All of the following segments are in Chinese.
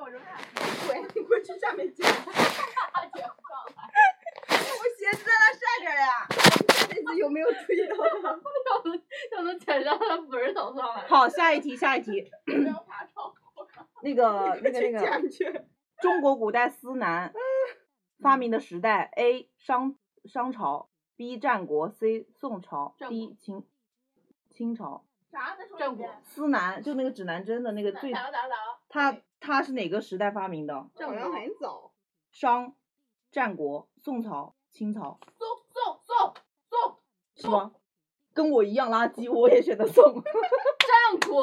我扔下滚滚去下面捡，大姐放了，我鞋子在那晒着嘞，这次有没有注意到它？要能要能捡到他不是头上来，好，下一题，下一题，不要爬窗户。 那 个那个那去个，捡去。中国古代司南发明的时代：A. 商商朝，B. 战国，C. 宋朝战，D. 秦清朝。啥？再说战一鼓遍。司南就那个指南针的那个哪最，打了打了打了，它它是哪个时代发明的？战好像鼓很早。商、战国、宋朝、清朝，送送送送是吗？跟我一样垃圾，我也选择宋。战鼓，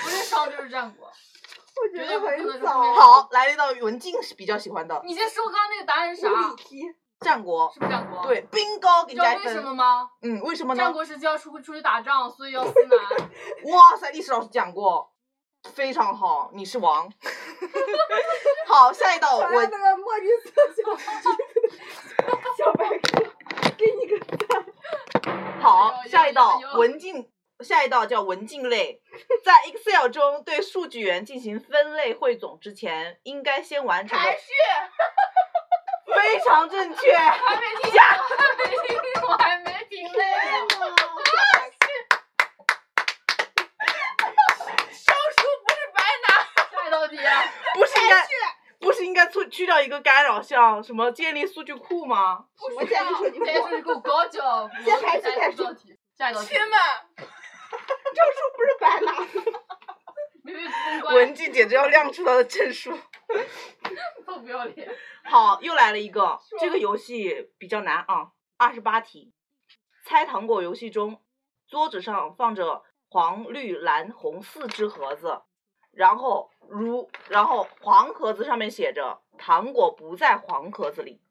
不是烧就是战果。我觉绝得对不可很能早。是 好，来一道文静是比较喜欢的你先说刚刚那个答案是啥？物理题。战国，是不是战国？，对，冰糕给你你知道加一为什分。么吗？嗯，为什么战呢？国时期要出出去打仗，所以要思南。哇塞，历史老师讲过，非常好，你是王。 好，下一 道传来我那个墨绿色小小白鸽，给你个赞。好，下一道有有有文静，下一道叫文静类。在 Excel 中对数据源进行分类汇总之前，应该先完成的。排序，非常正确，还没听，还没听，我还没听嘞。 烧书不是白拿。下一道题，啊 不是应该不是应该去去掉一个干扰项，什么建立数据库吗？我简直说你这是够高级哦。先排序再这说道题，下一道题亲，们，证书不是白拿的。明明公关，文静简直要亮出他的证书。都不要脸。好，又来了一个，这个游戏比较难啊，二十八题。猜糖果游戏中，桌子上放着黄、绿、蓝、红四只盒子，然后如然后黄盒子上面写着糖果不在黄盒子里，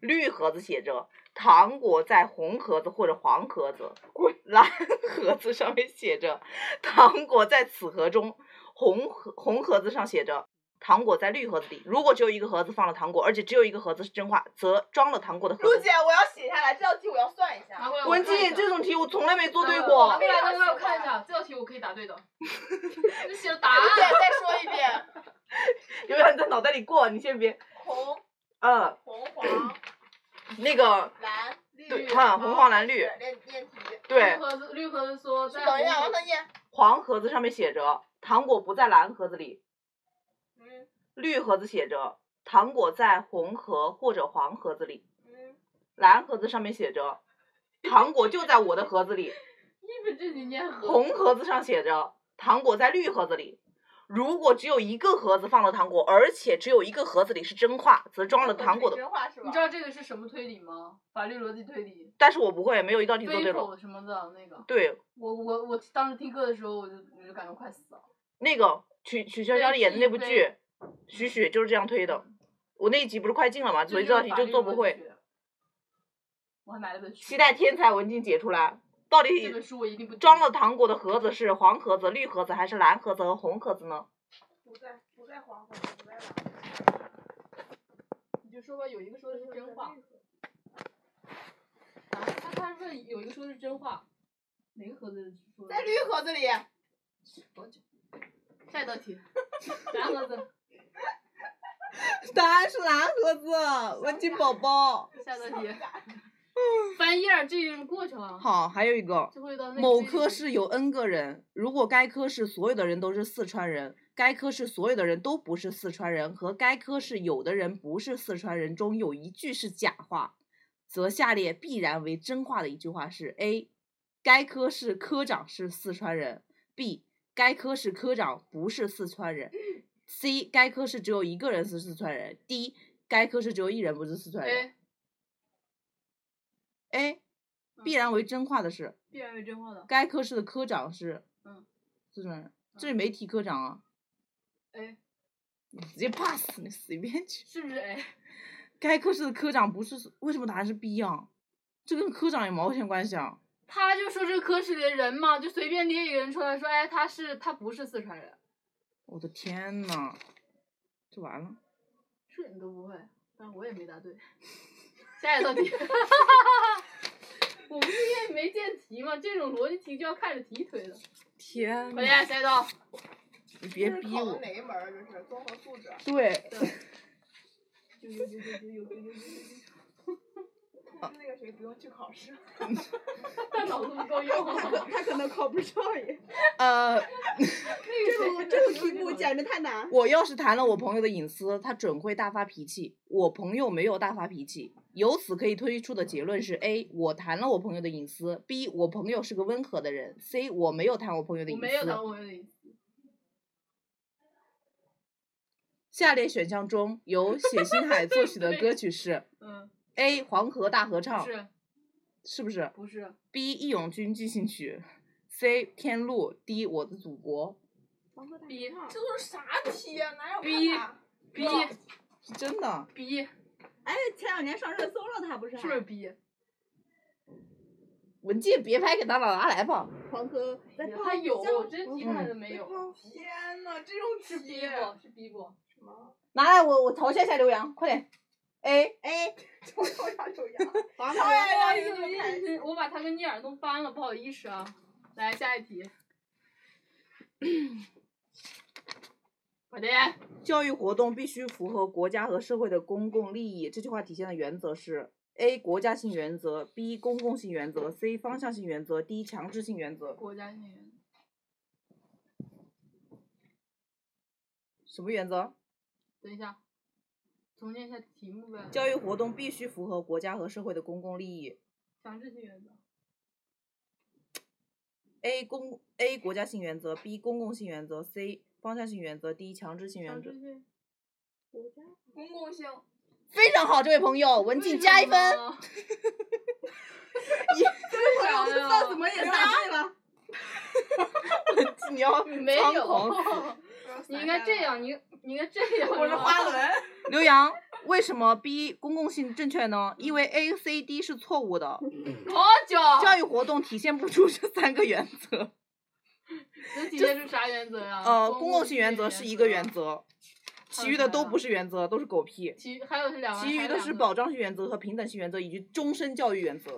绿盒子写着糖果在红盒子或者黄盒子，蓝盒子上面写着糖果在此盒中，红盒红盒子上写着糖果在绿盒子里。如果只有一个盒子放了糖果，而且只有一个盒子是真话，则装了糖果的盒陆子姐，。我要写下来，这道题我要算一下。嗯文静，静，这种题我从来没做对我过。非常我看一下，这道题我可以答对的。 这写的答陆姐，案。再说一遍，有点在脑袋里过，你先别。红、嗯，红、黄、那个蓝、绿。嗯对，看红黄蓝绿，练练题。对绿，盒子，绿盒子说在等一下，我让他念。黄盒子上面写着糖果不在蓝盒子里，嗯绿盒子写着糖果在红盒或者黄盒子里，嗯，蓝盒子上面写着糖果就在我的 盒子里。一本正经念盒。红盒子上写着糖果在绿盒子里。如果只有一个盒子放了糖果，而且只有一个盒子里是真话，则装了糖果的。真话是吧你知？道这个是什么推理吗？法律逻辑推理，但是我不会，没有一道题做对飞了。口什么的那个。对，我我我当时听课的时候，我就我就感觉快死了。那个曲曲筱绡演的那部剧，许许就是这样推的。我那一集不是快进了嘛，所以这道题就做不会。。我还买了本书。期待天才文静解出来，到这本底书我一定不装了。糖果的盒子是黄盒子、绿盒子还是蓝盒子和红盒子呢？不在不在黄河，不在蓝。你就说吧，有一个说的是真话。啊，他他说有一个说的是真话，哪个盒子说的？在绿盒子里。下一 道题，蓝盒子。答案是蓝盒子，文静宝宝。下一道题。翻页儿，这一轮过程啊。好，还有一个，最后一道内某置科室有 n 个人，如果该科室所有的人都是四川人，该科室所有的人都不是四川人，和该科室有的人不是四川人中有一句是假话，则下列必然为真话的一句话是：A. 该科室科长是四川人；B. 该科室科长不是四川人；C. 该科室只有一个人是四川人；D. 该科室只有一人不是四川人。哎， A. 必然为真话的是。必然为真话的。该科室的科长是，嗯，是什么？这里没提科长啊，哎，你直接 pass，你随便去。是不是哎？该科室的科长不是，为什么答案是 B 啊？这跟科长有毛钱关系啊？他就说这个科室里的人嘛，就随便列一个人出来说，哎，他是他不是四川人，我的天呐，这完了。这你都不会，但是我也没答对。 下一道题， 嗯我不是因为没见题吗？这种逻辑题就要看着题推的。天回呐，来塞到你别这是逼考的我。哪一门儿啊？这是综合素质啊。对，就就就就就就就就那个谁不用去考试。大脑子不够用。他可 他可能考不上 也。呃，这种这种题目简直太难。我要是谈了我朋友的隐私，他准会大发脾气。我朋友没有大发脾气，由此可以推出的结论是：A. 我谈了我朋友的隐私；B. 我朋友是个温和的人；C. 我没有谈我朋友的我隐没有私。当我有点下列选项中由写心海作曲的歌曲是嗯， ：A. 黄河大合不唱，是是不是不是， ？B. 义勇军进行曲；C. 天路；D. 我的祖国。黄河大逼合这唱都是啥题呀、哪有逼办法逼是真的，逼哎，前两年上热搜了，他不是？是不是逼？文件别拍给他了，拿来吧。黄河在嗯跑他哎有，江我真题看都没有，哦天呐，这种是题逼不？是逼不？什 么？拿来，我我嘲笑一下刘洋，快点。A 哎，抽抽呀抽呀！黄河哎呀哎呀，呀，我把他跟聂耳弄翻了，不好意思啊。来下一题，我的教育活动必须符合国家和社会的公共利益。这句话体现的原则是：A. 国家性原则；B. 公共性原则；C. 方向性原则；D. 强制性原则。国家演员什么原则？等一下，重念一下题目呗。教育活动必须符合国家和社会的公共利益。强制性原则， A. 公 A. 国家性原则；B. 公共性原则；C. 方向性原则；D. 强制性强原制则。性。 公共 性，非常好，这位朋友，文静加一分。为啥不知道怎呀？么也答对了。你要 没猖狂有， 你应该这 样，你你应该这样。我是花轮。刘洋，为什么 B 公共性正确呢？因为 A、C、D 是错误 的，好久，啊教育活动体现不出这三个原则。能体现出啥原则呀？呃，公公共性性原原啊则啊是一个原，则，还其有余的啥都呀不是原则，都是狗屁。其还有是两万，其余还有的两是个保障性原则和平等性原则，以及终身教育原则。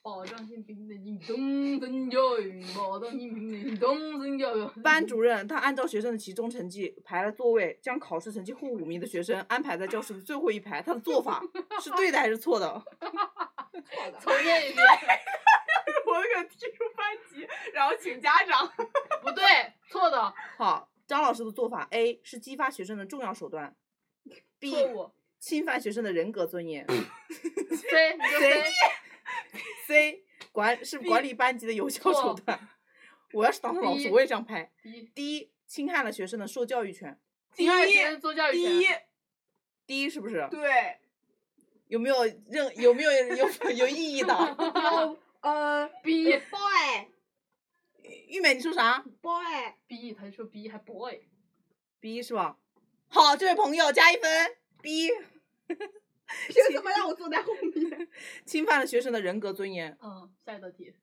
保障性平等性终身教育，保障性平等性终身教 育。班主任他按照学生的期中成绩排了座位，将考试成绩后五名的学生安排在教室的最后一排。他的做法是对的还是错 的？重念一遍，我可踢出班级，然后请家长。不对，错的，好，张老师的做法 A 是激发学生的重要手段，B 错误。侵犯学生的人格尊严 C，你 就 C， ，C 管是管理班级的有效手错段。我要是当他老师， B 我也这样拍。第一， D 侵害了学生的受教育权。第二学生做教育第一权， ，D 是不是？ 对，有没有任有没有有有意义的？ 呃 B ，boy 玉美，你说啥 boy， B，他说 B 还 boy， ？B 是吧？好，这位朋友加一分。B 凭什么让我坐在后面？侵犯了学生的人格尊严。嗯，下一道题，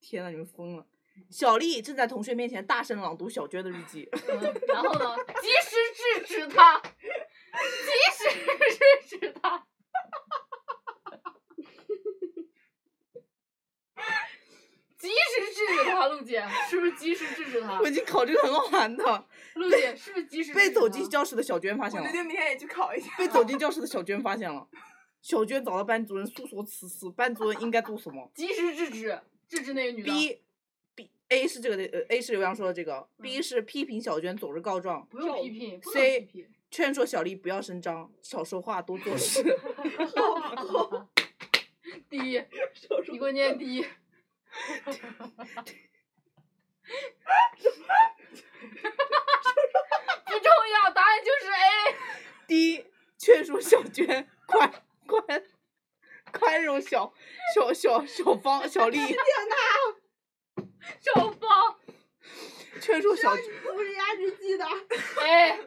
天呐，你们疯了！小丽正在同学面前大声朗读小娟的日记。 嗯， 然后呢，及时制止他，及时制止他，及时制止他，陆姐，是不是及时制止他我？已经考这个很好玩的，陆姐，是不 是及时制止被他走进教室的小娟发我现了决。定明天也去考一 下。被走进教室的小娟发现了，小娟找到班主任诉说此事，班主任应该做什 么及时制止，制止那个女的。 ？B B A 是这个的，呃，A 是刘洋说的这个，B 是批评小娟总是告状，嗯不用批评，不能 C 批评。劝说小丽不要声张，少说话，多做事。第一，你给我念第 一。不重要，答案就是 A。 D 劝说小娟宽宽宽容小小小小芳小丽，赵芳劝说小不是人家日记的。 ，A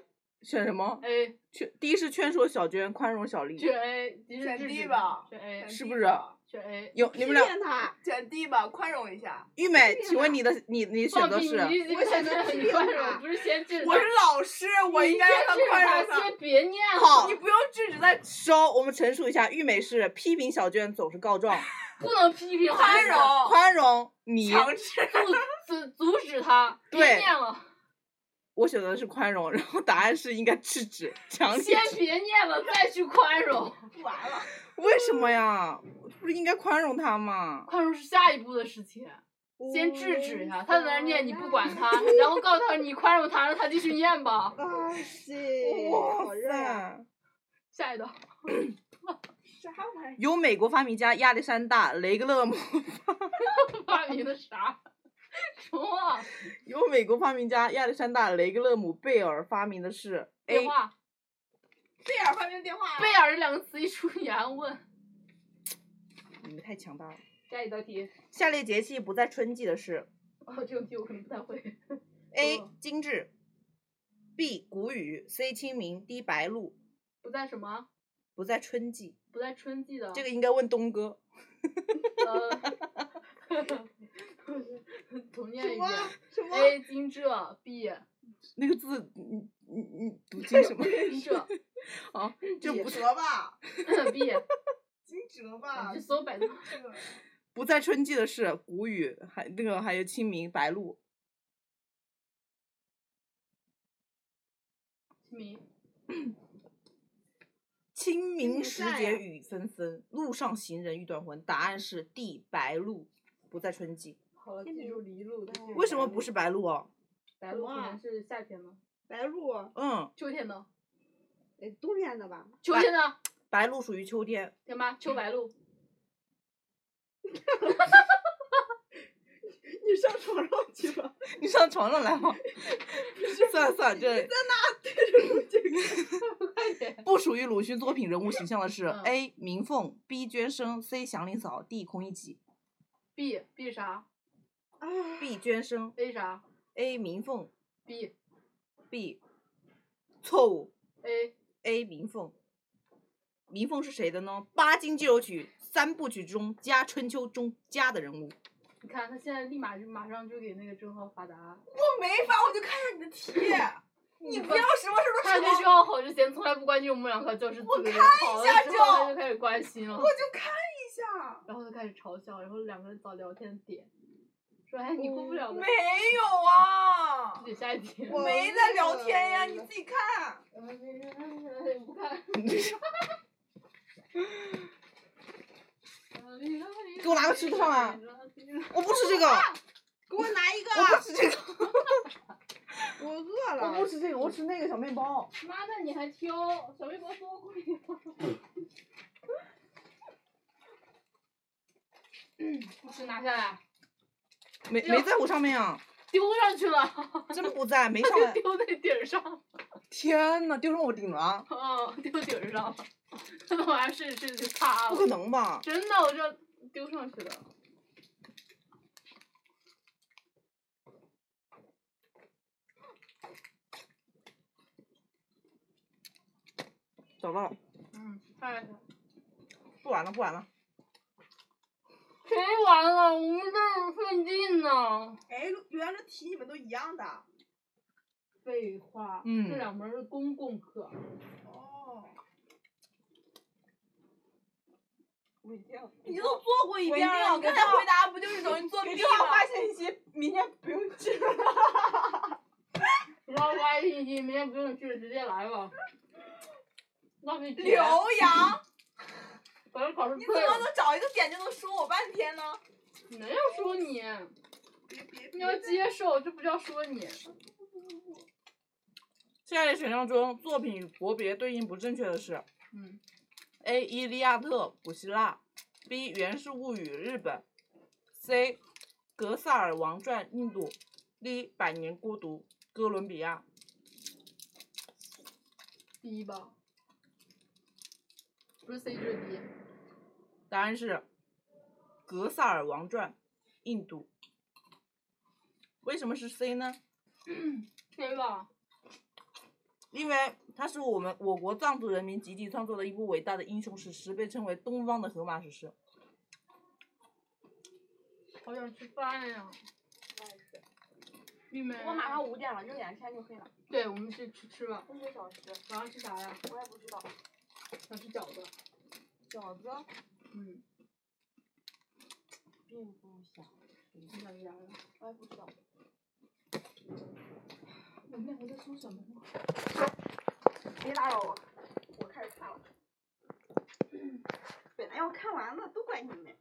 选什么？ A 劝 D 是劝说小娟宽容小丽，选 A，及时哎选制 D 止吧选 A 是不是选 A。有你们俩骗他，选 D 吧，宽容一下。玉美，请问你的你你选放择屁！是？你已经我选择得批很评宽他容，不是先制止啊我是老师，我应该让他他你先宽制止容他他。先别念了。好你不用制止他，收，我们陈述一下，玉美是批评小娟总是告状，不能批评孩宽子，容、宽容你，强 制。阻阻阻止他，别对念了，我选择的是宽容，然后答案是应该制止，强制先。别念了，再去宽容。完了，为什么呀？不是应该宽容他吗？宽容是下一步的事情，先制止他。他在那儿念，你不管他，然后告诉他你宽容他，让他继续念吧。啊哎塞，好哇热啊呀！塞！下一道，啥玩意儿？由美国发明家亚历山大·雷格勒姆 发明的啥？什么啊？由美国发明家亚历山大·雷格勒姆贝尔发明的是 A 电话，贝尔发明电话啊，贝尔这两个词一出，你还问？你们太强大了。下一道题，下列节气不在春季的是哦，这种题我可能不太会。 A 惊蛰，B 谷雨，C 清明，D 白露。不在什么？不在春季，不在春季的。这个应该问东哥。呃， 重念一遍。哎什么 A 金浙，B 那个字，你你你读经什 么？金浙 啊，这惊不是蛰吧？ ，B 惊蛰吧你去？搜百度。这个不在春季的是谷雨，还那个还有清明、白露。清明，清明明时在节呀雨纷纷，路上行人欲断魂。答案是 D 白露，不在春季。好了，记住离路，但是为什么不是白露哦？白鹿？哇可能是夏天呢。白鹿，嗯，秋天呢？哎，冬天的吧？秋天呢？白露属于秋天。 干嘛？秋白露。你上床上去吧。你上床上来吗？算了算了，这不属于鲁迅作品人物形象的是嗯 A 鸣凤，B 娟生，C 祥林嫂，D 孔乙己。 B B 啥啊 B 娟生？A 啥，A 鸣凤？B ，B 错误 A ，A 鸣凤。鸣凤是谁的呢？八京剧友曲三部曲中加春秋中加的人物。你看他现在立马就马上就给那个郑浩发答案，我没法，我就看着你的题，你不要什么时他候跟都郑抄，浩好之前从来不关心我们两个教师资格，考了下之就后他就开始关心了我，就看一下。然后就开始嘲笑，然后两个人找聊天点，说哎你过不了的没，有啊自，己下一题。我没在聊天呀，你自己看。不看。给我拿个吃的上啊来！我不吃这个，给我拿一个，我不吃这个，我饿我了。不吃这个，我吃那个小面包。 妈的，你还挑小面包多贵 呀！不行，拿下来，没哎呦没在乎上面啊，丢上去了，真不在，没上来。 丢那顶儿上了， 天呐，丢上我顶了，啊哦，丢顶儿上了，他那玩意儿顺着顺着就塌不可了，能吧？真的，我这丢上去的。找到了，嗯，看一下，不玩了，不玩了。谁完了？我们这费劲呢。哎，原来这题你们都一样的。废话，嗯这两门儿是公共课。哦。你都做过一我一遍定了，要你刚给才他回答不就是等于作弊吗？现一些明天不用 治了。然后发信息，明天不用去，直接来吧。浪费刘钱，洋，反正考试你对怎么了，能找一个点就能说我半天呢？没有说你，别别你要接受，这不叫说你。下列选项中，作品与国别对应不正确的是嗯， ：A. 伊利亚特，古希腊；B. 源氏物语，日本；C. 格萨尔王传，印度；D. 百年孤独，哥伦比亚。第一吧，不是 C 就是 D。答案是《格萨尔王传》，印度。为什么是 C 呢？对吧？因为它是我们我国藏族人民集体创作的一部伟大的英雄史诗，被称为东方的荷马史诗。好想吃饭呀！玉梅，我马上五点了，扔眼天就黑了。对，我们去吃吃吧。真是少吃，晚上吃啥呀？我也不知道。想吃饺子。饺子，嗯。面包侠，你想一想，我也不知道。我们两个在说什么呢？别打扰我，我开始看了。本来要看完了，都怪你们。